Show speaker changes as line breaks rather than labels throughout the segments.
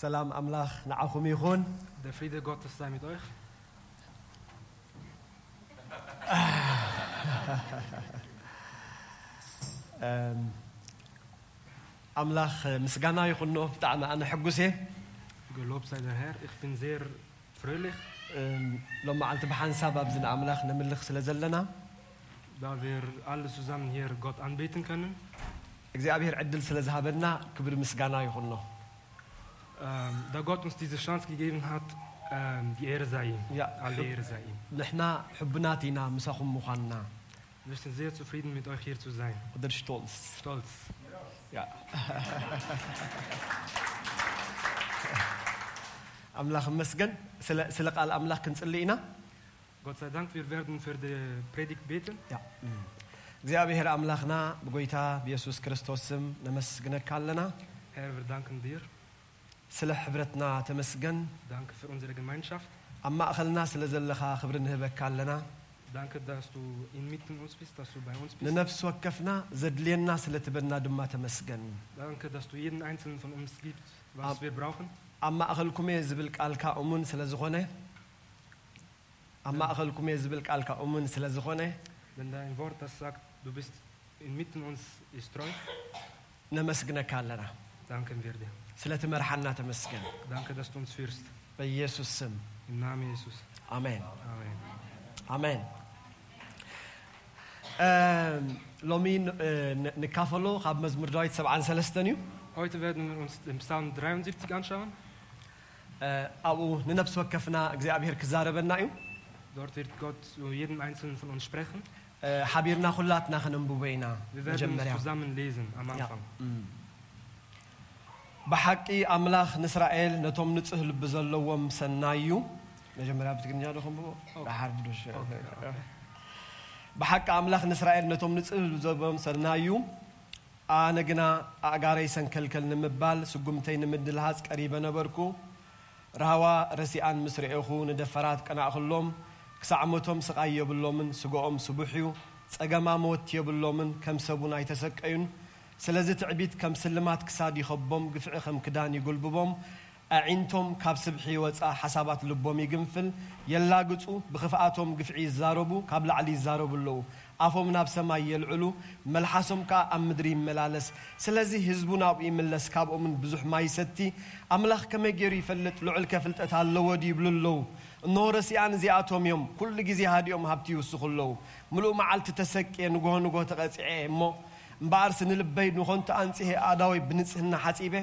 ሰላም ኣምላኽ ንዓኹም ይኹን
Der Friede Gottes sei mit euch.
እም፣ ኣምላኽ እ፣ ምስጋና ይኹኖ ብጣዕሚ ኣነ ሕጉስ እየ
Gelobt sei der Herr. Ich bin sehr fröhlich,
እም፣ ሎም መዓልቲ ብሓንሳብ ኣብዚ ንኣምላኽ ንምልኽ ስለ ዘለና
da wir alle zusammen hier Gott anbeten können.
እግዚኣብሔር ዕድል ስለ ዝሃበና ክብሪ ምስጋና ይኹኖ
Ähm, da Gott uns diese Chance gegeben hat, ähm, die Ehre sei ihm.
Ja.
Alle Ehre sei ihm.
ንሕና ሕቡናት ኢና ምሳኹም ምዃንና
Wir sind sehr zufrieden, mit euch hier zu sein.
ቁድር ሽቶልስ
Stolz.
ኣምላኽ መስገን ስለ ቃል ኣምላኽ ክንፅሊ ኢና
Gott sei Dank, wir werden für die Predigt beten.
ያ፣ እም። እግዚኣብሔር ኣምላኽና ብጎይታ ብየሱስ ክርስቶስ ስም ነመስግነካ ኣለና
Herr, wir danken dir.
ስለ ሕብረትና ተመስገን
Danke für unsere Gemeinschaft.
ኣብ ማእኸልና ስለ ዘለኻ ክብሪ ንህበካ ኣለና
Danke, dass du inmitten uns bist, dass du bei uns bist.
ንነፍሲ ወከፍና ዘድልየና ስለ ትበና ድማ ተመስገን
Danke, dass du jeden einzelnen von uns gibst, was
Ab-
wir brauchen.
ኣብ ማእኸልኩም እየ ዝብል ቃልካ እሙን ስለ ዝኾነ ኣብ ማእኸልኩም እየ ዝብል ቃልካ እሙን ስለ ዝኾነ
Denn dein Wort, das sagt, du bist inmitten uns, ist treu.
ነመስግነካ ኣለና
Danken wir dir.
ስለ ትመርሓና ተመስገን
Danke, dass du uns führst.
በኢየሱስ ስም
Im Namen Jesus.
ኣሜን
Amen.
ኣሜን እ፣ ሎሚ ን- እ፣ ን- ንካፈሎ ካብ መዝሙር ዳዊት 73 እዩ
Heute werden wir uns den Psalm 73 anschauen.
እ፣ ኣብኡ ንነፍሲ ወከፍና እግዚኣብሔር ክዛረበና እዩ
Dort wird Gott zu jedem Einzelnen von uns sprechen.
እ፣ ሓቢርና ኩላትና ክንንብቦ ኢና
Wir werden
መጀመርያ
uns zusammen lesen am
Ja.
Anfang.
ብሓቂ ኣምላኽ ንእስራኤል ነቶም ንጹህ ልቢ ዘለዎም ሰናይ እዩ መጀመርያ ብትግርኛ ዶ ከንብቦ ብሓርዶሽ ብሓቂ ኣምላኽ ንእስራኤል ነቶም ንጹህ ልቢ ዘለዎም ሰናይ እዩ ኣነ ግና ኣእጋረይ ሰንከልከል ንምባል ስጉምተይ ንምድልሃፅ ቀሪበ ነበርኩ ራህዋ ረሲኣን ምስ ርአኹ ንደፈራት ቀናእኽሎም ክሳዕ ሞቶም ስቓይ የብሎምን ስግኦም ስቡሕ እዩ ጸገማ መወት የብሎምን ከም ሰቡን ኣይተሰቀዩን ስለዚ ትዕቢት ከም ስልማት ክሳድ ይኸቦም ግፍዒ ከም ክዳን ይጉልብቦም ኣዒንቶም ካብ ስብሒ ይወፃ ሓሳባት ልቦም ይግንፍል የላግጹ ብኽፍኣቶም ግፍዒ ይዛረቡ ካብ ላዕሊ ይዛረቡ ኣለዉ ኣፎም ናብ ሰማይ የልዕሉ መልሓሶም ከዓ ኣብ ምድሪ ይመላለስ ስለዚ ህዝቡ ናብኡ ይምለስ ካብኦምን ብዙሕ ማይ ይሰቲ ኣምላኽ ከመይ ገይሩ ይፈልጥ ልዑል ከፍልጠት ኣለዎ ድ ይብሉ ኣለዉ እኖ ረሲኣን እዚኣቶም እዮም ኩሉ ግዜ ሃዲኦም ሃብቲ ይውስኹ ኣለዉ ምሉእ መዓልቲ ተሰቅየ ንግሆ ንግሆ ተቐፂዐ እሞ እምበኣርሲ ንልበይ ንኾንቱ ኣንጽሄ ኣዳወይ ብንጽህና ሓጺበ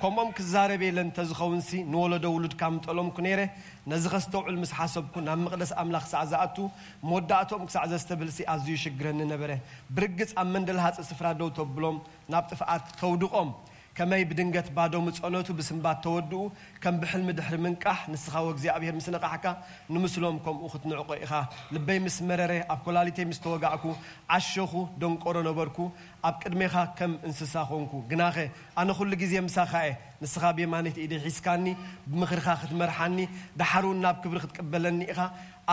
ከምኦም ክዛረብ የለን ተዝኸውንሲ ንወለዶ ውሉድካ ምጠለምኩ ነይረ ነዚ ኸስተውዕል ምስ ሓሰብኩ ናብ መቕደስ ኣምላኽ ክሳዕ ዝኣቱ መወዳእቶም ክሳዕ ዘስተብልሲ ኣዝዩ ሽግረኒ ነበረ ብርግጽ ኣብ መንደልሃፀ ስፍራ ደው ተብሎም ናብ ጥፍኣት ተውድቖም ከመይ ብድንገት ባዶ ምጸሎቱ ብስምባት ተወድኡ ከም ብሕልሚ ድሕሪ ምንቃሕ ንስኻ ወእግዚኣብሔር ምስ ነቓሕካ ንምስሎም ከምኡ ክትንዕቆ ኢኻ ልበይ ምስ መረረ ኣብ ኮላሊተይ ምስ ተወጋእኩ ዓሸኹ ደንቆሮ ነበርኩ ኣብ ቅድሜኻ ከም እንስሳ ኾንኩ ግናኸ ኣነ ኩሉ ግዜ ምሳኻ እየ ንስኻ ብየማነይቲ ኢደ ሒዝካኒ ብምኽርኻ ክትመርሓኒ ዳሓሩን ናብ ክብሪ ክትቀበለኒ ኢኻ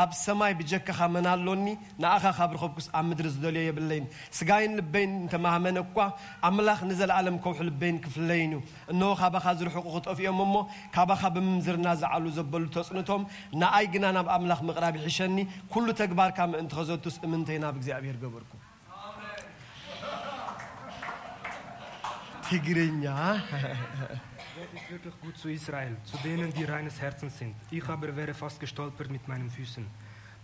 ኣብ ሰማይ ብጀካኻ መና ኣሎኒ ንኣኻ ካብ ረኸብኩስ ኣብ ምድሪ ዝደልዮ የብለይን ስጋይን ልበይን እንተማሃመነ እኳ ኣምላኽ ንዘለዓለም ከውሑ ልበይን ክፍለይን እዩ እነሆ ካባኻ ዝርሕቑ ክጠፍኦም እሞ ካባኻ ብምምዝርና ዝዓሉ ዘበሉ ተፅንቶም ንኣይ ግና ናብ ኣምላኽ ምቕራብ ይሕሸኒ ኩሉ ተግባርካ ምእንቲ ኸዘቱስ እምንተይ ናብ እግዚኣብሔር ገበርኩ ትግርኛ
Gott ist wirklich gut zu Israel, zu denen, die reines Herzens sind. Ich aber wäre fast gestolpert mit meinen Füßen.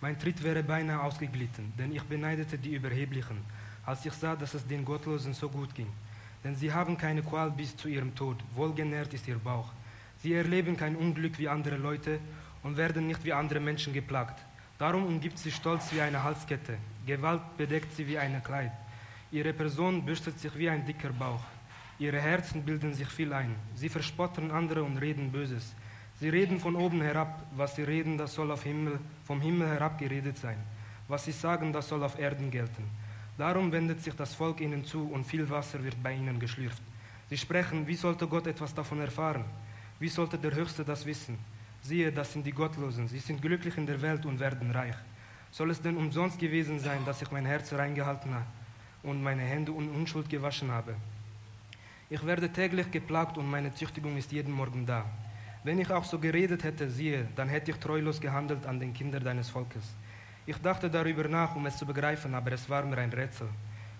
Mein Tritt wäre beinahe ausgeglitten, denn ich beneidete die Überheblichen, als ich sah, dass es den Gottlosen so gut ging. Denn sie haben keine Qual bis zu ihrem Tod, wohlgenährt ist ihr Bauch. Sie erleben kein Unglück wie andere Leute und werden nicht wie andere Menschen geplagt. Darum umgibt sie Stolz wie eine Halskette, Gewalt bedeckt sie wie ein Kleid. Ihre Person bürstet sich wie ein dicker Bauch. Ihre Herzen bilden sich viel ein. Sie verspotten andere und reden Böses. Sie reden von oben herab. Was sie reden, das soll auf Himmel, vom Himmel herab geredet sein. Was sie sagen, das soll auf Erden gelten. Darum wendet sich das Volk ihnen zu und viel Wasser wird bei ihnen geschlürft. Sie sprechen, wie sollte Gott etwas davon erfahren? Wie sollte der Höchste das wissen? Siehe, das sind die Gottlosen. Sie sind glücklich in der Welt und werden reich. Soll es denn umsonst gewesen sein, dass ich mein Herz reingehalten habe und meine Hände in Unschuld gewaschen habe? Ich werde täglich geplagt und meine Züchtigung ist jeden Morgen da. Wenn ich auch so geredet hätte, siehe, dann hätte ich treulos gehandelt an den Kindern deines Volkes. Ich dachte darüber nach, um es zu begreifen, aber es war mir ein Rätsel,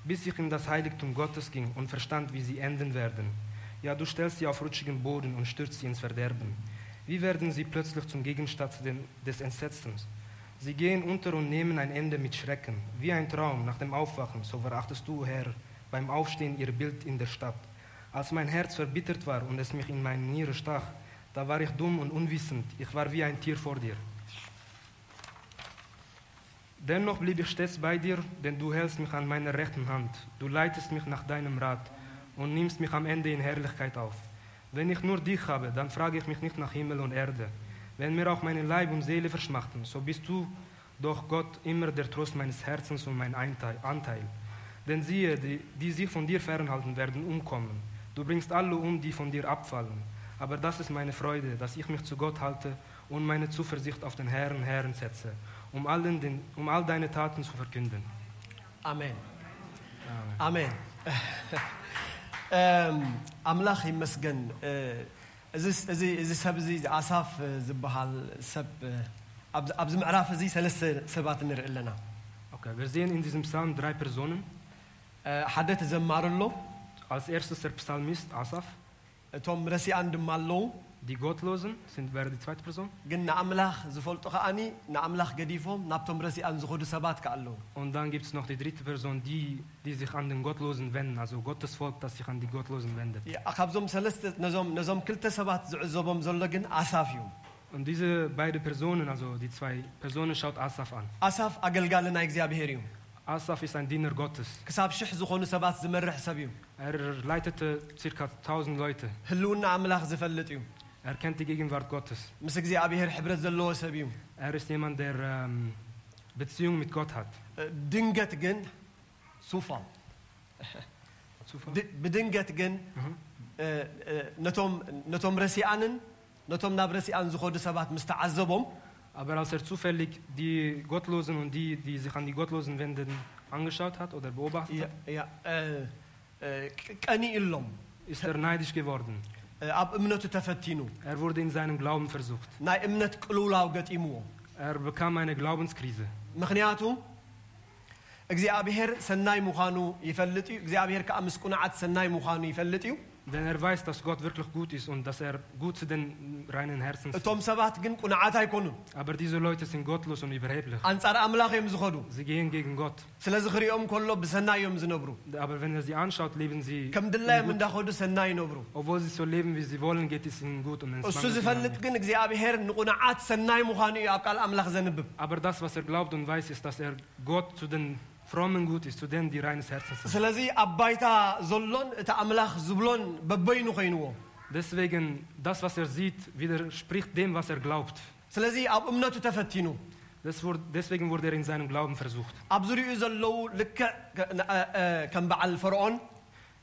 bis ich in das Heiligtum Gottes ging und verstand, wie sie enden werden. Ja, du stellst sie auf rutschigen Boden und stürzt sie ins Verderben. Wie werden sie plötzlich zum Gegenstand den- des Entsetzens? Sie gehen unter und nehmen ein Ende mit Schrecken. Wie ein Traum nach dem Aufwachen, so verachtest du, Herr, beim Aufstehen ihr Bild in der Stadt. Als mein Herz verbittert war und es mich in meine Niere stach, da war ich dumm und unwissend. Ich war wie ein Tier vor dir. Dennoch blieb ich stets bei dir, denn du hältst mich an meiner rechten Hand. Du leitest mich nach deinem Rat und nimmst mich am Ende in Herrlichkeit auf. Wenn ich nur dich habe, dann frage ich mich nicht nach Himmel und Erde. Wenn mir auch meine Leib und Seele verschmachten, so bist du doch Gott immer der Trost meines Herzens und mein Einteil- Anteil. Denn siehe, die, die sich von dir fernhalten, werden umkommen. Du bringst alle um, die von dir abfallen. Aber das ist meine Freude, dass ich mich zu Gott halte und meine Zuversicht auf den Herrn, Herrn setze, um, allen den, um all deine Taten zu verkünden.
አሜን አሜን እም፣ Um, አምላኽ ይመስገን እ፣ እዚ- እዚ- እዚ ሰብ እዚ ኣሳፍ እ፣ ዝበሃል ሰብ እ፣ ኣብዚ- ኣብዚ ምዕራፍ እዚ ሰለስተ ሰባት ንርኢ ኣለና
Okay, wir sehen in diesem Psalm drei Personen.
እ፣ Uh, ሓደ ተዘማሪ ኣሎ
Als erstes der Psalmist Asaf.
እቶም ረሲኣን ድማ ኣለዉ
Die Gottlosen sind, wäre die zweite Person.
ግን ንኣምላኽ ዝፈልጡ ከዓኒ ንኣምላኽ ገዲፎም ናብቶም ረሲኣን ዝኸዱ ሰባት ከ ኣለዉ
Und dann gibt es noch die dritte Person, die, die sich an den Gottlosen wenden, also Gottes Volk, das sich an die Gottlosen wendet.
ያ- ካብዞም ሰለስተ ነዞም- ነዞም ክልተ ሰባት ዝዕዘቦም ዘሎ ግን ኣሳፍ እዩ
Und diese beiden Personen, also die zwei Personen, schaut Asaf an.
ኣሳፍ ኣገልጋሊ ናይ እግዚኣብሔር እዩ
Asaf ist ein Diener Gottes.
ክሳብ ሽሕ ዝኾኑ ሰባት ዝመርሕ ሰብ እዩ
Er leitete circa 1000 Leute.
ህልውና ኣምላኽ ዝፈልጥ እዩ
Er kennt die Gegenwart Gottes.
ምስ እግዚኣብሔር ሕብረት ዘለዎ ሰብ እዩ
Er ist jemand, der ähm, Beziehung mit Gott hat.
እ፣ ድንገት ግን ሱፋ
Zufall?
ድ- ብድንገት ግን እ፣ እ፣ ነቶም- ነቶም ረሲኣንን ነቶም ናብ ረሲኣን ዝኸዱ ሰባት ምስ ተዓዘቦም
Aber als er zufällig die Gottlosen und die, die sich an die Gottlosen wenden, angeschaut hat oder beobachtet,
ያ- ያ፣ እ፣ እ፣ ቅ- ቀኒኢሎም
ist er neidisch geworden.
እ፣ ኣብ እምነቱ ተፈቲኑ
Er wurde in seinem Glauben versucht.
ናይ እምነት ቅልውላው ገጢምዎ
Er bekam eine Glaubenskrise,
ምክንያቱ እግዚኣብሔር ሰናይ ምዃኑ ይፈልጥ እዩ እግዚኣብሔር ከዓ ምስ ቁንዓት ሰናይ ምዃኑ ይፈልጥ እዩ
denn er weiß, dass Gott wirklich gut ist und dass er gut zu den reinen Herzens ist.
እቶም ሰባት ግን ቁንዓት ኣይኮኑን
Aber diese Leute sind gottlos und überheblich.
ኣንጻር ኣምላኽ እዮም ዝኸዱ
Sie gehen gegen Gott.
ስለዚ ክሪኦም ከሎ ብሰናይ እዮም ዝነብሩ
Aber wenn er sie anschaut, leben sie.
ከም ድላዮም እንዳኸዱ ሰናይ ይነብሩ
Obwohl sie so leben, wie sie wollen, geht es ihnen gut und
እሱ
entspannt. es
ዝፈልጥ
ihnen.
ግን እግዚኣብሔር ንቁንዓት ሰናይ ምዃኑ እዩ ኣብ ቃል ኣምላኽ ዘንብብ
Aber das, was er glaubt und weiß, ist, dass er Gott zu den Frommen gut ist, zu denen, die reines Herzens sind.
ስለዚ ኣብ ባይታ ዘሎን እቲ ኣምላኽ ዝብሎን በበይኑ ኮይንዎ
Deswegen, das, was er sieht, widerspricht dem, was er glaubt.
ስለዚ ኣብ እምነቱ ተፈቲኑ
Das wurde, deswegen wurde er in seinem Glauben versucht.
ኣብ ዙሪኡ ዘለው ልክዕ ከ- ን- አ- አ- ከም በዓል ፈርዖን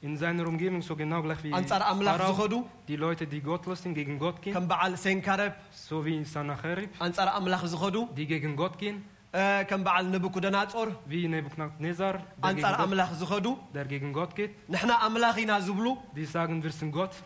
In seiner Umgebung, so genau gleich wie
ኣንጻር ኣምላኽ
Pharao,
ዝኸዱ
die Leute, die gottlos sind, gegen Gott gehen,
ከም በዓል ሴንካረብ
so wie Sanacherib,
ኣንጻር ኣምላኽ ዝኸዱ
die gegen Gott gehen,
እ፣ ከም በዓል ንብኩደናጾር
wie Nebuchadnezzar, der,
ኣንጻር
gegen Gott,
ኣምላኽ ዝኸዱ
der gegen Gott geht.
ንሕና ኣምላኽ ኢና ዝብሉ
Die sagen, wir sind Gott.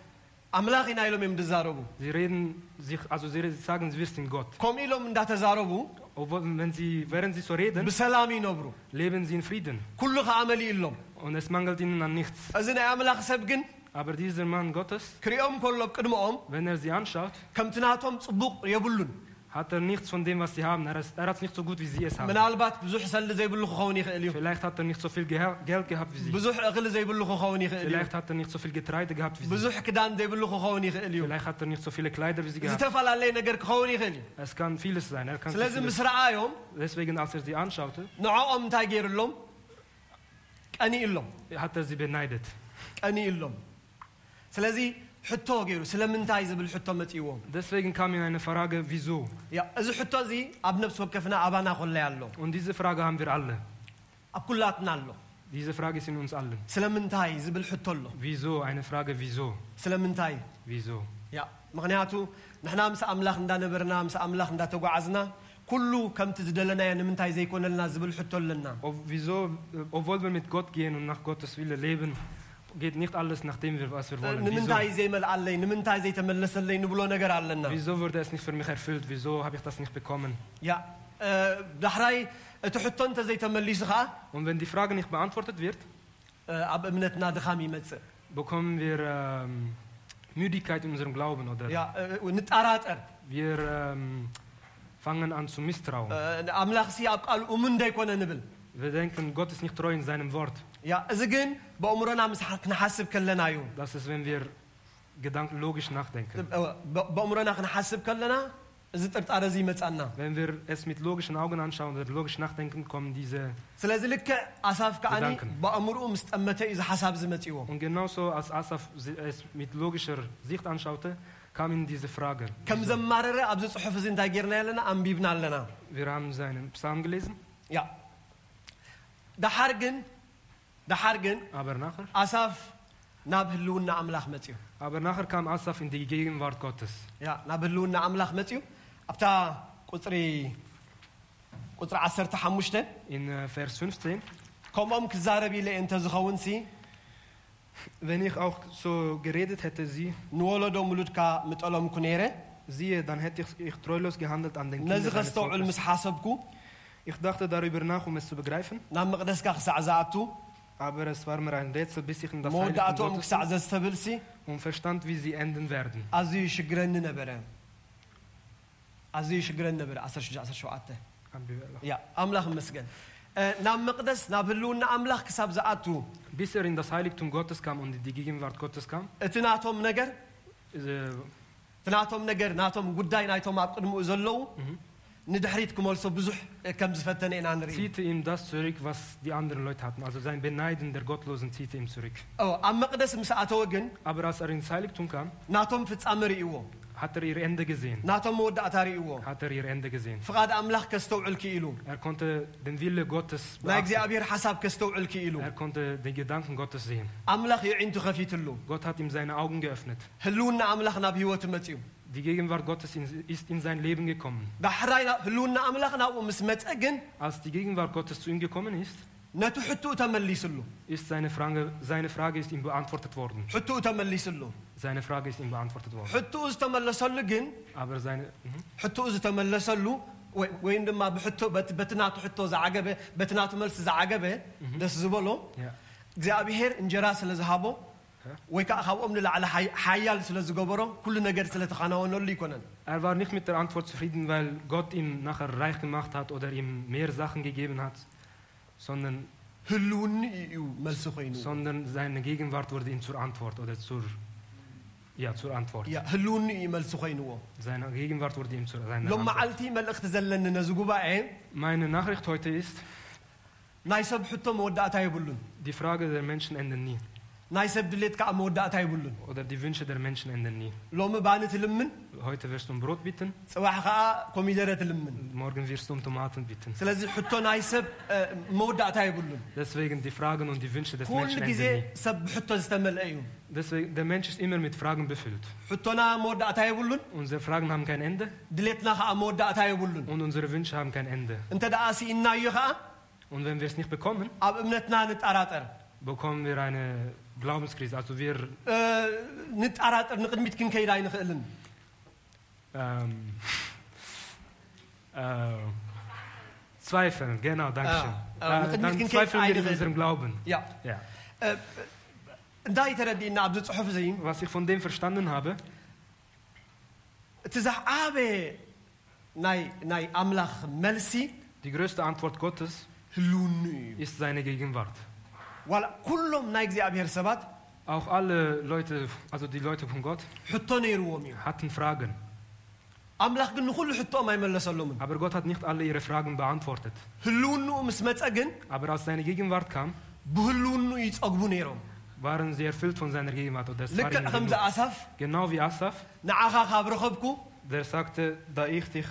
ኣምላኽ ኢና ኢሎም እዮም ዝዛረቡ
Sie reden sich, also sie re- sagen, wir sind Gott.
ከምኡ ኢሎም እንዳተዛረቡ
Obwohl, wenn sie, während sie so reden,
ብሰላም ይነብሩ
leben sie in Frieden.
ኩሉ ከዓ መሊኡ ኣሎም
Und es mangelt ihnen an nichts.
እዚ ናይ ኣምላኽ ሰብ ግን
Aber dieser Mann Gottes,
ክሪኦም ከሎ ኣብ ቅድሚኦም
wenn er sie anschaut,
ከምቲ ናቶም ፅቡቕ የብሉን
hat er nichts von dem, was sie haben. Er ist, er hat nicht so gut, wie sie es haben.
ምናልባት ብዙሕ ሰሊ ዘይብሉ ክኸውን ይኽእል እዩ
Vielleicht hat er nicht so viel Geha- Geld gehabt wie sie.
ብዙሕ እኽሊ ዘይብሉ ክኸውን ይኽእል እዩ
Vielleicht hat er nicht so viel Getreide gehabt wie sie.
ብዙሕ ክዳን ዘይብሉ ክኸውን ይኽእል እዩ
Vielleicht hat er nicht so viele Kleider wie sie gehabt.
ዝተፈላለየ ነገር ክኸውን ይኽእል እዩ
Es kann vieles sein. Er kann so
ስለዚ
vieles.
ምስ ረኣዮም
Deswegen, als er sie anschaute,
ንዕኦም እንታይ ገይሩሎም ቀኒኢሎም
hat er sie beneidet.
ቀኒኢሎም ስለዚ ሕቶ ገይሩ ስለምንታይ ዝብል ሕቶ መፂዎም
Deswegen kam ihm eine Frage, wieso?
ያ እዚ ሕቶ እዚ ኣብ ነብሲ ወከፍና ኣባና ኮለይ ኣሎ
Und diese Frage haben wir alle.
ኣብ ኩላትና ኣሎ
Diese Frage ist in uns allen.
ስለምንታይ ዝብል ሕቶ ኣሎ
Wieso? Eine Frage, wieso?
ስለምንታይ
Wieso?
ያ ምክንያቱ ንሕና ምስ ኣምላኽ እንዳነበርና ምስ ኣምላኽ እንዳተጓዓዝና ኩሉ ከምቲ ዝደለናዮ ንምንታይ ዘይኮነልና ዝብል ሕቶ ኣለና
Ob, wieso, äh, obwohl wir mit Gott gehen und nach Gottes Wille leben, geht nicht alles nach dem, wir- was wir wollen.
ንምንታይ
Wieso,
ዘይመልዓለይ ንምንታይ ዘይተመለሰለይ ንብሎ ነገር ኣለና
wieso wurde es nicht für mich erfüllt? Wieso habe ich das nicht bekommen?
ያ እ፣ ዳሕራይ እቲ ሕቶ እንተዘይተመሊሱ ከዓ
Und wenn die Frage nicht beantwortet wird,
እ፣ ኣብ እምነትና ድኻም ይመፅእ
bekommen wir ähm, Müdigkeit in unserem Glauben oder
ያ እ፣ ንጠራጠር
wir ähm, fangen an zu misstrauen.
እ፣ ኣምላኽሲ ኣብ ቃል እሙን እንዳይኮነ ንብል
Wir denken, Gott ist nicht treu in seinem Wort.
ያ እዚ ግን ብእምሮና ምስ ሓ- ክንሓስብ ከለና እዩ
Das ist, wenn wir gedank logisch nachdenken.
እ፣ ብ- ብእምሮና ክንሓስብ ከለና እዚ ጥርጣረ እዚ ይመፃና
Wenn wir es mit logischen Augen anschauen oder logisch nachdenken, kommen diese.
ስለዚ ልክዕ ኣሳፍ ከዓኒ
ይዳንክን።
ብኣእምርኡ ምስ ጠመተ እዩ እዚ ሓሳብ ዝመፅዎ
Und genauso als Asaf sie- es mit logischer Sicht anschaute, kam ihm diese Frage.
ከም ዘማረረ ኣብዚ ፅሑፍ እዚ እንታይ ጌርና ኣለና ኣንቢብና ኣለና
Wir haben seinen Psalm gelesen,
ያ ዳሓር ግን ዳሓር ግን
aber nachher,
ኣሳፍ ናብ ህልውና ኣምላኽ መፅዩ
aber nachher kam Asaf in die Gegenwart Gottes.
ያ ናብ ህልውና ኣምላኽ መፅዩ ኣብታ ቁፅሪ ቁፅሪ 15
In äh, Vers 15.
ከምኦም ክዛረብ ኢለ እየ እንተዝኸውን ሲ
Wenn ich auch so geredet hätte, sie,
ንወለዶ ሙሉድካ ምጠለምኩ ነይረ
siehe, dann hätte ich, ich treulos gehandelt an den
ነዚ
Kindern deines
ከስተውዕል ምስ
Volkes.
ሓሰብኩ
Ich dachte darüber nach, um es zu begreifen,
ናብ መቅደስካ ክሳዕ ዝኣቱ
aber es war mir ein Rätsel, bis ich in das Heiligtum
መወዳእትኦም
Gottes
ክሳዕ ዘዝተብል ሲ
und verstand, wie sie enden werden.
ኣዝዩ ሽግረኒ ነበረ ኣዝዩ ሽግረኒ ነበረ 1617 ያ ኣምላኽ መስገን ናብ መቅደስ ናብ ህልውና ኣምላኽ ክሳብ ዝኣቱ
Bis er in das Heiligtum Gottes kam und in die Gegenwart Gottes kam,
እቲ ናቶም ነገር
äh,
እቲ ናቶም ነገር ናቶም ጉዳይ ናይቶም ኣብ ቅድሚኡ ዘለው ንድሕሪት ክመልሶ ብዙሕ እ፣ ከም ዝፈተነ ኢና ንርኢ
ziehte ihm das zurück, was die anderen Leute hatten. Also sein Beneiden der Gottlosen ziehte ihm zurück.
ኦ፣ ኣብ መቅደስ ምስ ኣተወ ግን
Aber als er ins Heiligtum kam,
ናቶም ፍጻሜ ርእይዎ
hat er ihr Ende gesehen.
ናቶም መወዳእታ ርእይዎ
Hat er ihr Ende gesehen.
ፍቓድ ኣምላኽ ከስተውዕል ክኢሉ
Er konnte den Wille Gottes
ናይ
beachten.
እግዚኣብሔር ሓሳብ ከስተውዕል ክኢሉ
Er konnte den Gedanken Gottes sehen.
ኣምላኽ የዒንቱ ከፊትሉ
Gott hat ihm seine Augen geöffnet.
ህልውና ኣምላኽ ናብ ህይወቱ መፅኡ
Die Gegenwart Gottes in- ist in sein Leben gekommen.
ዳሕራይ ናብ- ህልውና ኣምላኽ ናብኡ ምስ መፀ ግን
Als die Gegenwart Gottes zu ihm gekommen ist,
ነቲ ሕቱኡ ተመሊሱሉ
ist seine Frage, seine Frage ist ihm beantwortet worden.
ሕቱኡ ተመሊሱሉ
Seine Frage ist ihm beantwortet worden.
ሕቱኡ ዝተመለሰሉ ግን
Aber seine, mhm.
ሕቱኡ ዝተመለሰሉ ወይ- ወይ ድማ ብሕቶ በቲ- በቲ ናቱ ሕቶ ዝዓገበ በቲ ናቱ መልሲ ዝዓገበ ደስ ዝበሎ
ja.
እግዚኣብሔር እንጀራ ስለ ዝሃቦ ወይ ከዓ ካብኦም ንላዕሊ ሓይ- ሓያል ስለ ዝገበሮ ኩሉ ነገር ስለ ተኸናወነሉ ይኮነን
Er war nicht mit der Antwort zufrieden, weil Gott ihm nachher reich gemacht hat oder ihm mehr Sachen gegeben hat, sondern,
ህልውኒ እዩ መልሲ ኮይኑ
sondern seine Gegenwart wurde ihm zur Antwort oder zur, ja, zur Antwort.
ያ ህልውኒ እዩ መልሲ ኮይኑዎ
Seine Gegenwart wurde ihm zur seiner
ሎም
Antwort.
መዓልቲ መልእኽቲ ዘለኒ ነዚ ጉባኤ
Meine Nachricht heute ist,
ናይ ሰብ ሕቶ መወዳእታ የብሉን
die Frage der Menschen enden nie
ናይ ሰብ ድሌት ከዓ መወዳእታ የብሉን
oder die Wünsche der Menschen enden nie.
ሎሚ ባኒ ትልምን
Heute wirst du um Brot bitten,
ፅባሕ ከዓ ኮሚደረ ትልምን
morgen wirst du um Tomaten bitten.
ስለዚ ሕቶ ናይ ሰብ እ፣ መወዳእታ የብሉን
Deswegen die Fragen und die Wünsche des
ኩሉ
Menschen
ግዜ
enden nie.
ሰብ ብሕቶ ዝተመልአ እዩ
Deswegen, der Mensch ist immer mit Fragen befüllt.
ሕቶና መወዳእታ የብሉን
Unsere Fragen haben kein Ende
ድሌትና ከዓ መወዳእታ የብሉን
und unsere Wünsche haben kein Ende.
እንተ ደኣ ስኢናዮ ከዓ
Und wenn wir es nicht bekommen,
ኣብ እምነትና ንጠራጠር
bekommen wir eine Glaubenskrise. Also wir,
እ፣ ንጠራጠር ንቅድሚት ክንከይድ ኣይንኽእልን
ähm, äh, zweifeln. Genau, danke schön.
Ah, ah,
Äh,
mit
dann
dem Kind
zweifeln wir in
einreden.
unserem Glauben.
ያ
Ja.
እንታይ ተረዲእና ኣብዚ ፅሑፍ እዚ
Was ich von dem verstanden habe,
እቲ ዝዓበየ ናይ ናይ ኣምላኽ መልሲ
die größte Antwort Gottes
ህልውኒ እዩ
ist seine Gegenwart.
ዋላ ኩሎም ናይ እግዚኣብሔር ሰባት
Auch alle Leute, also die Leute von Gott,
ሕቶ ነይርዎም እዩ
hatten Fragen.
ኣምላኽ ግን ንኩሉ ሕቶኦም ኣይመለሰሎምን
Aber Gott hat nicht alle ihre Fragen beantwortet.
ህልውንኡ ምስ መፀ ግን
Aber als seine Gegenwart kam,
ብህልውንኡ ይፀግቡ ነይሮም
waren sie erfüllt von seiner Gegenwart. Und das war
ልክዕ
ihnen
ከምዚ
genug.
ኣሳፍ
Genau wie Asaf,
ንዓኻ ካብ ረኸብኩ
der sagte, da ich dich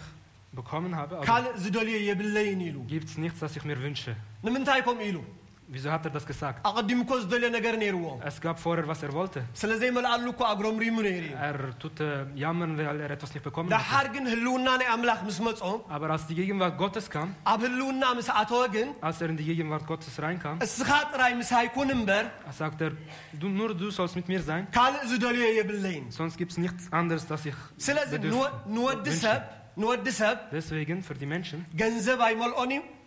bekommen habe, also
ካልእ ዝደልዮ የብለይን ኢሉ
gibt es nichts, das ich mir wünsche.
ንምንታይ ከም ኢሉ
Wieso hat er das gesagt?
ኣቐዲሙ እኮ ዝደልዮ ነገር ነይርዎ
Es gab vorher, was er wollte.
ስለዘይመልኣሉ እኮ ኣግረምሪሙ ነይሩ እዩ
Er tut äh, jammern, weil er etwas nicht bekommen hat.
ድሓር ግን ህልውና ናይ ኣምላኽ ምስ መጾ
Aber als die Gegenwart Gottes kam,
ኣብ ህልውና ምስ ኣተወ ግን
als er in die Gegenwart Gottes reinkam,
እስኻ ጥራይ ምስ ኣይኩን እምበር
sagt er, du, nur du sollst mit mir sein,
ካልእ ዝደልዮ የብለይን
sonst gibt es nichts anderes, das ich
ስለዚ
bedürfe.
ንወ- ንወዲ ሰብ ንወዲ ሰብ
Deswegen, für die Menschen,
ገንዘብ ኣይመልኦን እዩ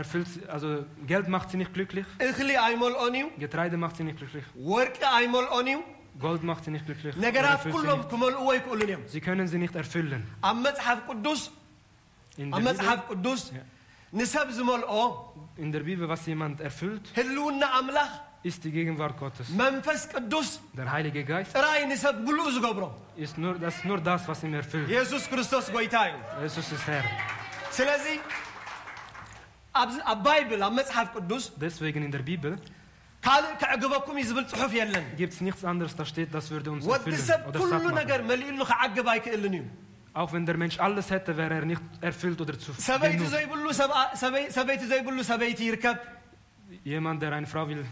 erfüllt, also Geld macht sie nicht glücklich,
እኽሊ ኣይመልኦን እዩ
Getreide macht sie nicht glücklich,
ወርቂ ኣይመልኦን እዩ
Gold macht sie nicht glücklich. er
ነገራት
erfüllt sie
ኩሎም
nicht.
ክመልእዎ ይክእሉን እዮም
Sie können sie nicht erfüllen.
ኣብ መፅሓፍ ቅዱስ
In
ኣብ
der,
መፅሓፍ
Bibel,
ቅዱስ ንሰብ ዝመልኦ
in der Bibel, was jemand erfüllt,
ህልውና ኣምላኽ
ist die Gegenwart Gottes.
መንፈስ ቅዱስ
Der Heilige Geist
ጥራይ ንሰብ ብልኡ ዝገብሮ
ist nur das, ist nur das was ihm erfüllt.
ኢየሱስ ክርስቶስ ጎይታ እዩ
Jesus ist Herr.
ስለዚ ኣብዚ- ኣብ ባይብል ኣብ መፅሓፍ ቅዱስ
Deswegen in der Bibel
ካልእ ክዕግበኩም እዩ ዝብል ጽሑፍ የለን
gibt es nichts anderes, da steht, das würde uns
ወዲ ሰብ
erfüllen oder
ኩሉ
satt machen.
ነገር መሊኡሉ ክዓግብ ኣይክእልን እዩ
Auch wenn der Mensch alles hätte, wäre er nicht erfüllt oder zu
ሰበይቲ
genug.
ዘይብሉ ሰብኣ- ሰበይ- ሰበይቲ ዘይብሉ ሰበይቲ ይርከብ
Jemand, der eine Frau will,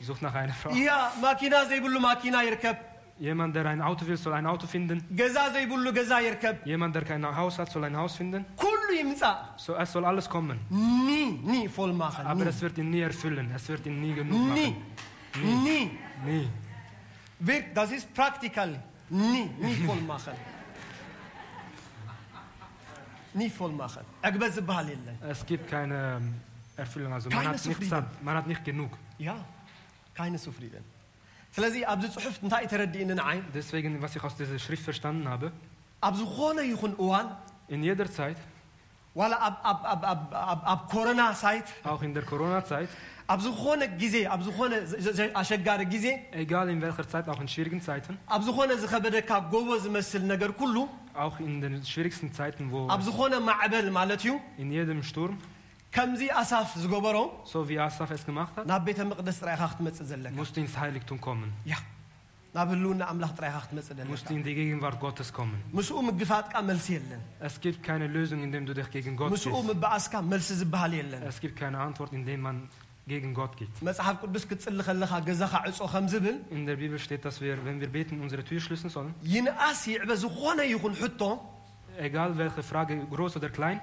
sucht nach einer Frau.
እያ ማኪና ዘይብሉ ማኪና ይርከብ
Jemand, der ein Auto will, soll ein Auto finden.
ገዛ ዘይብሉ ገዛ ይርከብ
Jemand, der kein Haus hat, soll ein Haus finden.
ኩሉ ይምፃእ
So, es soll alles kommen.
ኒ ኒ ፎል ማኸል
Aber es wird ihn nie erfüllen. Es wird ihn nie genug
ኒ
machen.
ኒ
Nie.
ቪርክ ዳስ ኢዝ ፕራክቲካል ኒ ኒ ፎል ማኸል ኒ ፎል ማኸል ዕግበት ዝበሃል የለን
Es gibt keine ähm, Erfüllung. Also man
Keine
hat, nicht,
Zufriedenheit.
satt, man hat nicht genug.
ያ ካይነ ሱፍሪደን ስለዚ ኣብዚ ፅሑፍ እንታይ ተረዲእኒ ንዓይ
Deswegen, was ich aus dieser Schrift verstanden habe,
ኣብ ዝኾነ ይኹን እዋን
in jeder Zeit,
ዋላ ኣብ- ኣብ- ኣብ- ኣብ- ኣብ- ኣብ ኮሮና ሳይት
auch in der Corona-Zeit,
ኣብ ዝኾነ ግዜ ኣብ ዝኾነ ዘ- ዘ- ኣሸጋሪ ግዜ
egal in welcher Zeit, auch in schwierigen Zeiten,
ኣብ ዝኾነ ዝኸበደካ ጎቦ ዝመስል ነገር ኩሉ
auch in den schwierigsten Zeiten, wo
ኣብ ዝኾነ ማዕበል ማለት እዩ
in jedem Sturm,
ከምዚ ኣሳፍ ዝገበሮ
so wie Asaf es gemacht hat,
ናብ ቤተ መቅደስ ጥራይካ ክትመፅእ ዘለካ
musste ins Heiligtum kommen,
ያ ናብ ህልውና ኣምላኽ ጥራይካ ክትመፅእ ዘለካ
musste in die Gegenwart Gottes kommen.
ምስኡ ምግፋጥካ መልሲ የለን
Es gibt keine Lösung, indem du dich gegen Gott
ምስኡ
gehst.
ምበኣስካ መልሲ ዝበሃል የለን
Es gibt keine Antwort, indem man gegen Gott geht.
መፅሓፍ ቅዱስ ክትፅሊ ከለካ ገዛካ ዕፆ ከም ዝብል
In der Bibel steht, dass wir, wenn wir beten, unsere Tür schließen sollen.
ይንኣስ ይዕበ ዝኾነ ይኹን ሕቶ
Egal welche Frage, groß oder klein,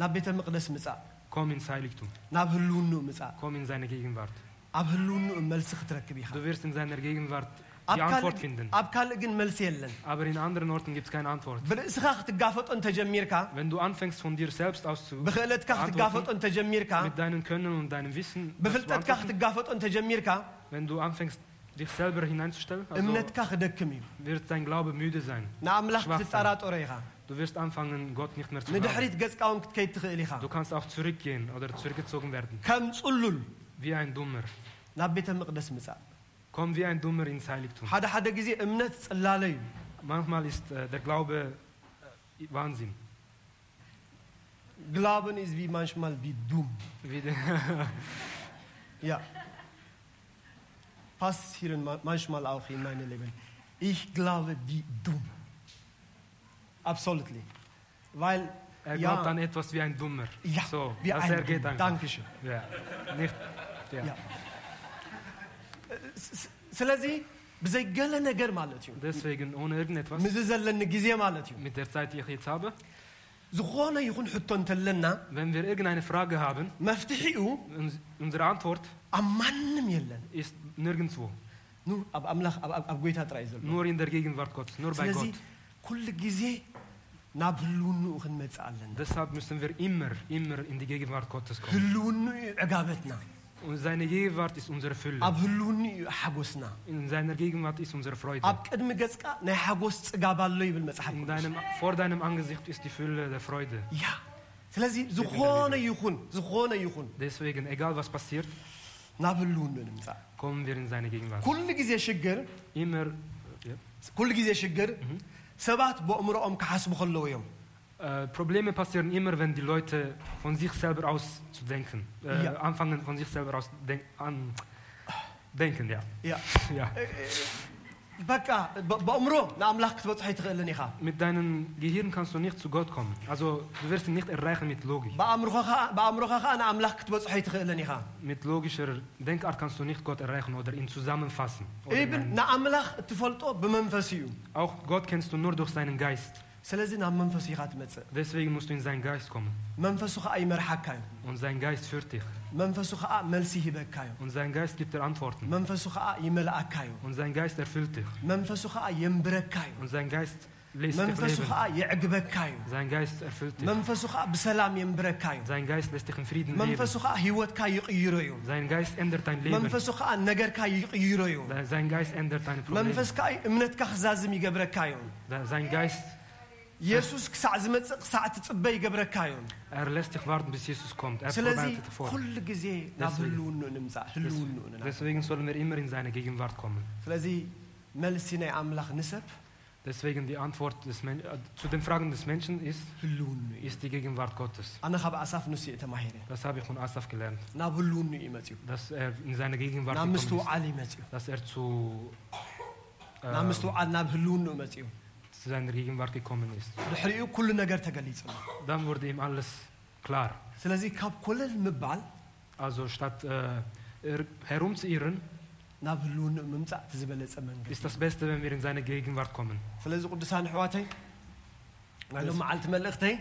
ናብ ቤተ መቅደስ ምፃእ
komm ins Heiligtum,
ናብ ህልውኑ ምፃእ
komm in seine Gegenwart.
ኣብ ህልውኑ መልሲ ክትረክብ ኢኻ
Du wirst in seiner Gegenwart
ኣብ
die Antwort
ካልእ-
finden.
ኣብ ካልእ ግን መልሲ የለን
Aber in anderen Orten gibt es keine Antwort.
ብርእስኻ ክትጋፈጦ እንተጀሚርካ
Wenn du anfängst, von dir selbst aus zu
ብክእለትካ ክትጋፈጦ
antworten,
እንተጀሚርካ
mit deinem Können und deinem Wissen, das zu
ብፍልጠትካ
antworten,
ክትጋፈጦ እንተጀሚርካ
wenn du anfängst, dich selber hineinzustellen, also
እምነትካ ክደክም እዩ
wird dein Glaube müde sein.
ንኣምላኽ
Schwach sein.
ክትጠራጠሮ ኢኻ
Du wirst anfangen, Gott nicht mehr zu glauben.
ንድሕሪት ገጽቃውን ክትከይድ ትኽእል ኢኻ
Du kannst auch zurückgehen oder zurückgezogen werden,
ከም ጽሉል
wie ein Dummer.
ናብ ቤተ መቅደስ ምጻእ
Komm wie ein Dummer ins Heiligtum.
ሓደ ሓደ ግዜ እምነት ጽላለ እዩ
Manchmal ist äh, der Glaube äh, Wahnsinn.
ግላብን ኢዝ ቢ ማንሽማል ቢ ዱም
Wie der
ያ ፓስሲርን ማንሽማል auch in meine Leben. Ich glaube wie dumm. Absolutely. Weil,
er
ja,
glaubt an etwas wie ein Dummer.
ja,
so,
wie
dass
ein
er geht
Dumm.
einfach.
Dankeschön.
Ja. Nicht, ja.
Ja. ስ- ስ- ስለዚ ብዘይ ገለ ነገር ማለት እዩ
Deswegen ohne irgendetwas.
ምዝ ዘለኒ ግዜ ማለት እዩ
Mit der Zeit, die ich jetzt habe,
ዝኾነ ይኹን ሕቶ እንተለና
wenn wir irgendeine Frage haben,
መፍትሒኡ
uns, unsere Antwort
ኣብ ማንም የለን
ist nirgendwo.
ኑር ኣብ ኣምላኽ ኣብ- ኣብ- ኣብ ጎይታ ጥራይ እዩ ዘሎ
Nur in der Gegenwart Gottes, nur bei
ስለዚ
Gott.
ኩሉ ግዜ ናብ ህልውንኡ ክንመፅእ ኣለና
Deshalb müssen wir immer, immer in die Gegenwart Gottes kommen.
ህልውንኡ እዩ ዕጋበትና
Und seine Gegenwart ist unsere Fülle.
ኣብ ህልውንኡ እዩ ሓጎስና
In seiner Gegenwart ist unsere
ኣብ
Freude.
ቅድሚ ገጽካ ናይ ሓጎስ ጽጋብ ኣሎ ይብል መጽሓፍ
In
ቅዱስ
deinem, vor deinem Angesicht ist die Fülle der Freude.
ያ ስለዚ ዝኾነ ይኹን ዝኾነ ይኹን
Deswegen, egal was passiert,
ናብ ህልውንኡ ንምጻእ
kommen wir in seine Gegenwart.
ኩሉ ግዜ ሽግር
Immer, ja.
ኩሉ ግዜ ሽግር ሰባት ብእምሮኦም ክሓስቡ ከለዉ እዮም
Äh, Probleme passieren immer, wenn die Leute von sich selber aus zu denken. Äh,
Ja.
Anfangen von sich selber aus denk an, denken, ja.
ያ
ja.
በቃ በ- በአእምሮ ንኣምላኽ ክትበፅሖ ኣይትኽእልን ኢኻ
Mit deinem Gehirn kannst du nicht zu Gott kommen. Also du wirst ihn nicht erreichen mit Logik.
በኣእምሮኻ ከዓ- በኣእምሮኻ ከዓ ንኣምላኽ ክትበፅሖ ኣይትኽእልን ኢኻ
Mit logischer Denkart kannst du nicht Gott erreichen oder ihn zusammenfassen. Oder
ኢብን
nein.
ንኣምላኽ እትፈልጦ ብመንፈስ እዩ
Auch Gott kennst du nur durch seinen Geist.
ስለዚ ናብ መንፈሱ ኢኻ ትመፅእ
Deswegen musst du in seinen Geist kommen.
መንፈሱ ከዓ ይመርሓካ እዩ
Und sein Geist führt dich.
መንፈሱ ከዓ መልሲ ይህበካ እዩ
Und sein Geist gibt dir Antworten.
መንፈሱ ከዓ ይመልኣካ እዩ
Und sein Geist erfüllt dich.
መንፈሱ ከዓ የንብረካ እዩ
Und sein Geist lässt dich
መንፈሱ
leben.
ከዓ ይዕግበካ እዩ
Sein Geist erfüllt dich.
መንፈሱ ከዓ ብሰላም የንብረካ እዩ
Sein Geist lässt dich in Frieden
መንፈሱ
leben.
ከዓ ህይወትካ ይቕይሮ እዩ
Sein Geist ändert dein Leben.
መንፈሱ ከዓ ነገርካ ይቕይሮ እዩ
Sein Geist ändert deine Probleme.
መንፈስ ከዓ እምነትካ ክዛዝም ይገብረካ እዩ
Sein Geist,
ኢየሱስ ክሳዕ ዝመፅእ ክሳዕ ትፅበ ይገብረካ እዩ
er lässt dich warten, bis Jesus kommt. Er
ስለዚ
bereitet dich vor.
ኩሉ ግዜ ናብ
Deswegen.
ህልውንኡ ንምፃእ ህልውንኡ ንና
Deswegen sollen wir immer in seine Gegenwart kommen.
ስለዚ መልሲ ናይ ኣምላኽ ንሰብ
Deswegen die Antwort des Men äh, zu den Fragen des Menschen ist,
ህልውንኡ እዩ
ist die Gegenwart Gottes.
ኣነ ካብ ኣሳፍ ንሱ እየ ተማሂረ
Das habe ich von Asaf gelernt,
ናብ ህልውንኡ እዩ መፅኡ
dass er in seine Gegenwart
ናብ
gekommen ist,
ምስትውዓል እዩ መፅኡ
dass er zu,
ናብ
äh, zu
ምስትውዓል ናብ ህልውንኡ መፅኡ
seiner Gegenwart gekommen ist.
ድሕሪኡ ኩሉ ነገር ተገሊጹ ነው
Dann wurde ihm alles klar.
ስለዚ ካብ ኮለል ምባል
Also statt äh, er- herumzuirren,
ናብ ህልውንኡ ምምፃእ እቲ ዝበለፀ መንገዲ
ist das Beste, wenn wir in seine Gegenwart kommen.
ስለዚ ቅዱሳን ኣሕዋተይ ናሎም መዓልቲ መልእኽተይ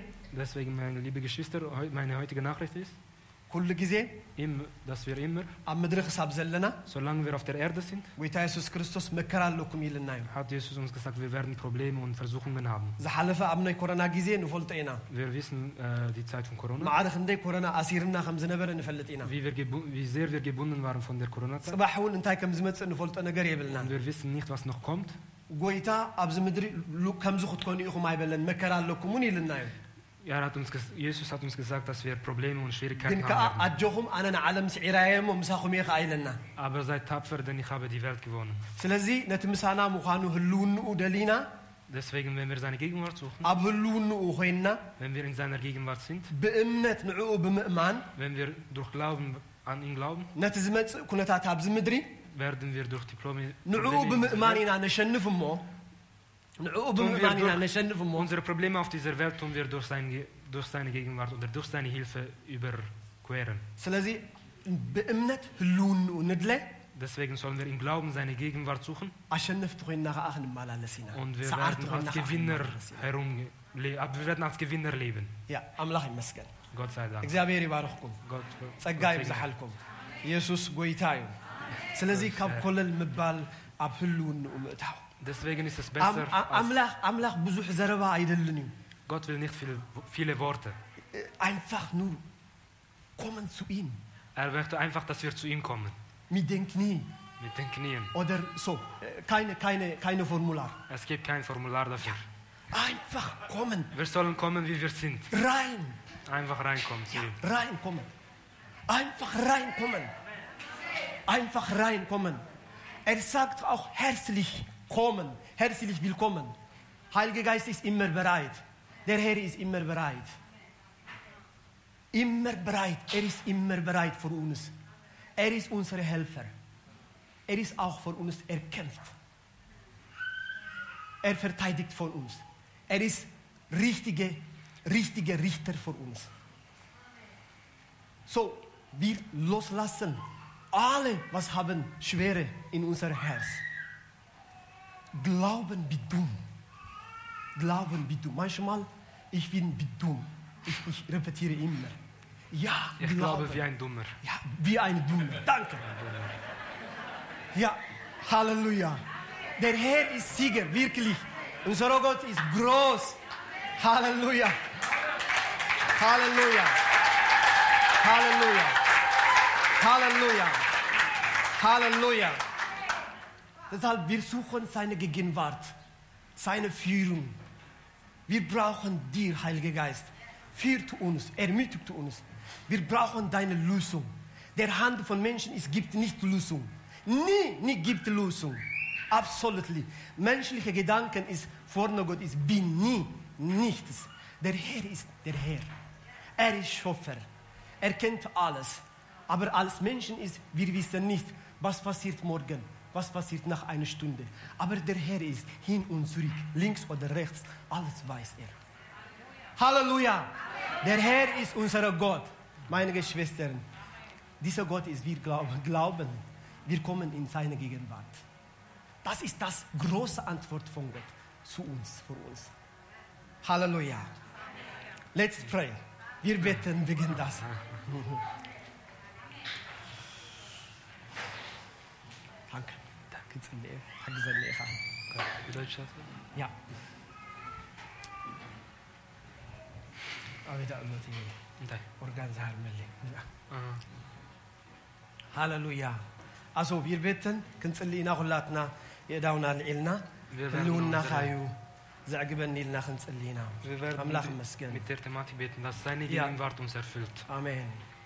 Deswegen, meine liebe Geschwister, heu- meine heutige Nachricht ist,
ኩሉ ግዜ
im- dass wir immer,
ኣብ ምድሪ ክሳብ ዘለና
solange wir auf der Erde sind,
ጎይታ የሱስ ክርስቶስ መከራ ኣለኩም ኢልና እዩ
hat Jesus uns gesagt, wir werden Probleme und Versuchungen haben.
ዝሓለፈ ኣብ ናይ ኮረና ግዜ ንፈልጦ ኢና
Wir wissen äh, die Zeit von Corona,
ማዕረ ክንደይ ኮረና ኣሲርና ከም ዝነበረ ንፈልጥ ኢና
wie, wir gebu- wie sehr wir gebunden waren von der Corona-Zeit.
ፅባሕ እውን እንታይ ከም ዝመፅእ ንፈልጦ ነገር የብልና
Und wir wissen nicht, was noch kommt.
ጎይታ ኣብዚ ምድሪ ሉ- ከምዚ ክትኮኑ ኢኹም ኣይበለን መከራ ኣለኩም እውን ኢልና እዩ
Er hat uns ges- Jesus hat uns gesagt, dass wir Probleme und
ግን
Schwierigkeiten
ከዓ
haben. werden.
ኣጆኹም ኣነ ንዓለም ስዒራየ እሞ ምሳኹም እየ ከዓ ኢለና
Aber seid tapfer, denn ich habe die Welt gewonnen.
ስለዚ ነቲ ምሳና ምዃኑ ህልውንኡ ደሊና
Deswegen, wenn wir seine Gegenwart suchen,
ኣብ ህልውንኡ ኮይንና
wenn wir in seiner Gegenwart sind,
ብእምነት ንዕኡ ብምእማን
wenn wir durch Glauben an ihn glauben,
ነቲ ዝመፅእ ኩነታት ኣብዚ ምድሪ
werden wir durch die Probleme
ንዕኡ
Probleme dieser
ብምእማን
Welt-
ኢና ነሸንፍ እሞ ንዕኡ ብምእማን ኢና ነሸንፍ እሞ
unsere Probleme auf dieser Welt tun wir durch, sein, Ge- durch seine Gegenwart oder durch seine Hilfe überqueren.
ስለዚ ብእምነት ህልውንኡ ንድለ
Deswegen sollen wir im Glauben seine Gegenwart suchen
ኣሸነፍቲ ኮይንና ከዓ ክንመላለስ ኢና
und wir
ሰዓርቲ
werden
ኮይንና
als
ከዓ
Gewinner
ክንመላለስ ኢና።
herum, le- ab- wir werden als Gewinner leben.
ያ ኣምላኽ ይመስገን
Gott sei Dank.
እግዚኣብሔር ይባርኽኩም
Gott,
ጸጋ
Gott segne.
ይብዝሓልኩም ኢየሱስ ጎይታ እዩ ስለዚ ካብ ኮለል ምባል ኣብ ህልውንኡ ምእታው
Deswegen ist es
ኣም-
besser.
ኣ-
Als
ኣምላኽ ኣምላኽ ብዙሕ ዘረባ ኣይደልን እዩ
Gott will nicht viele, viele Worte.
እ- einfach nur kommen zu ihm
Er möchte einfach, dass wir zu ihm kommen.
mit den Knien
Mit den Knien.
oder so Äh, keine keine keine Formular
Es gibt kein Formular dafür.
einfach kommen
Wir sollen kommen, wie wir sind.
rein
Einfach reinkommen zu ihm.
rein kommen. Einfach reinkommen. Einfach reinkommen. Er sagt auch herzlich kommen, herzlich willkommen. Heiliger Geist ist immer bereit. Der Herr ist immer bereit. Immer bereit. Er ist immer bereit für uns. Er ist unser Helfer. Er ist auch für uns. Er kämpft. Er verteidigt für uns. Er ist richtige, richtige Richter für uns. So, wir loslassen alle, was haben Schwere in unser Herz. Glauben wie dumm. Glauben wie dumm. Manchmal, ich bin wie dumm. Ich, ich repetiere immer. Ja,
Ich glaube wie ein Dummer.
ja, wie ein Dummer. Danke. Ja, Halleluja. Der Herr ist Sieger, wirklich. Unser Gott ist groß. Halleluja. Halleluja. Halleluja. Halleluja. Halleluja. Deshalb, wir suchen seine Gegenwart, seine Führung. Wir brauchen dir, Heiliger Geist. Führt uns, ermutigt uns. Wir brauchen deine Lösung. Der Hand von Menschen es gibt nicht Lösung. Nie, nie gibt Lösung. Absolutely. Menschliche Gedanken ist vorne Gott ist bin nie nichts. Der Herr ist der Herr. Er ist Schöpfer. Er kennt alles. Aber als Menschen ist, wir wissen nicht, was passiert morgen, was passiert nach einer Stunde. Aber der Herr ist hin und zurück, links oder rechts, alles weiß er. Halleluja! Der Herr ist unser Gott. Meine Geschwistern, dieser Gott ist, wir glauben, glauben, wir kommen in seine Gegenwart. Das ist das große Antwort von Gott zu uns, für uns. Halleluja! Let's pray. Wir beten wegen das. Danke. Danke, Zendel. Danke, Zendel. Ja. أبدا أمتي أورغان زهر ملي هاللويا أسو بير بيتن كنت اللي إنا غلاتنا يداونا لعلنا
Wir werden
هلونا
unsere-
خايو زعقبني لنا خنت اللينا
Wir werden
أملاخ مسكن
mit der Thematik beten, dass seine
Ja.
Gegenwart uns erfüllt.
Amen.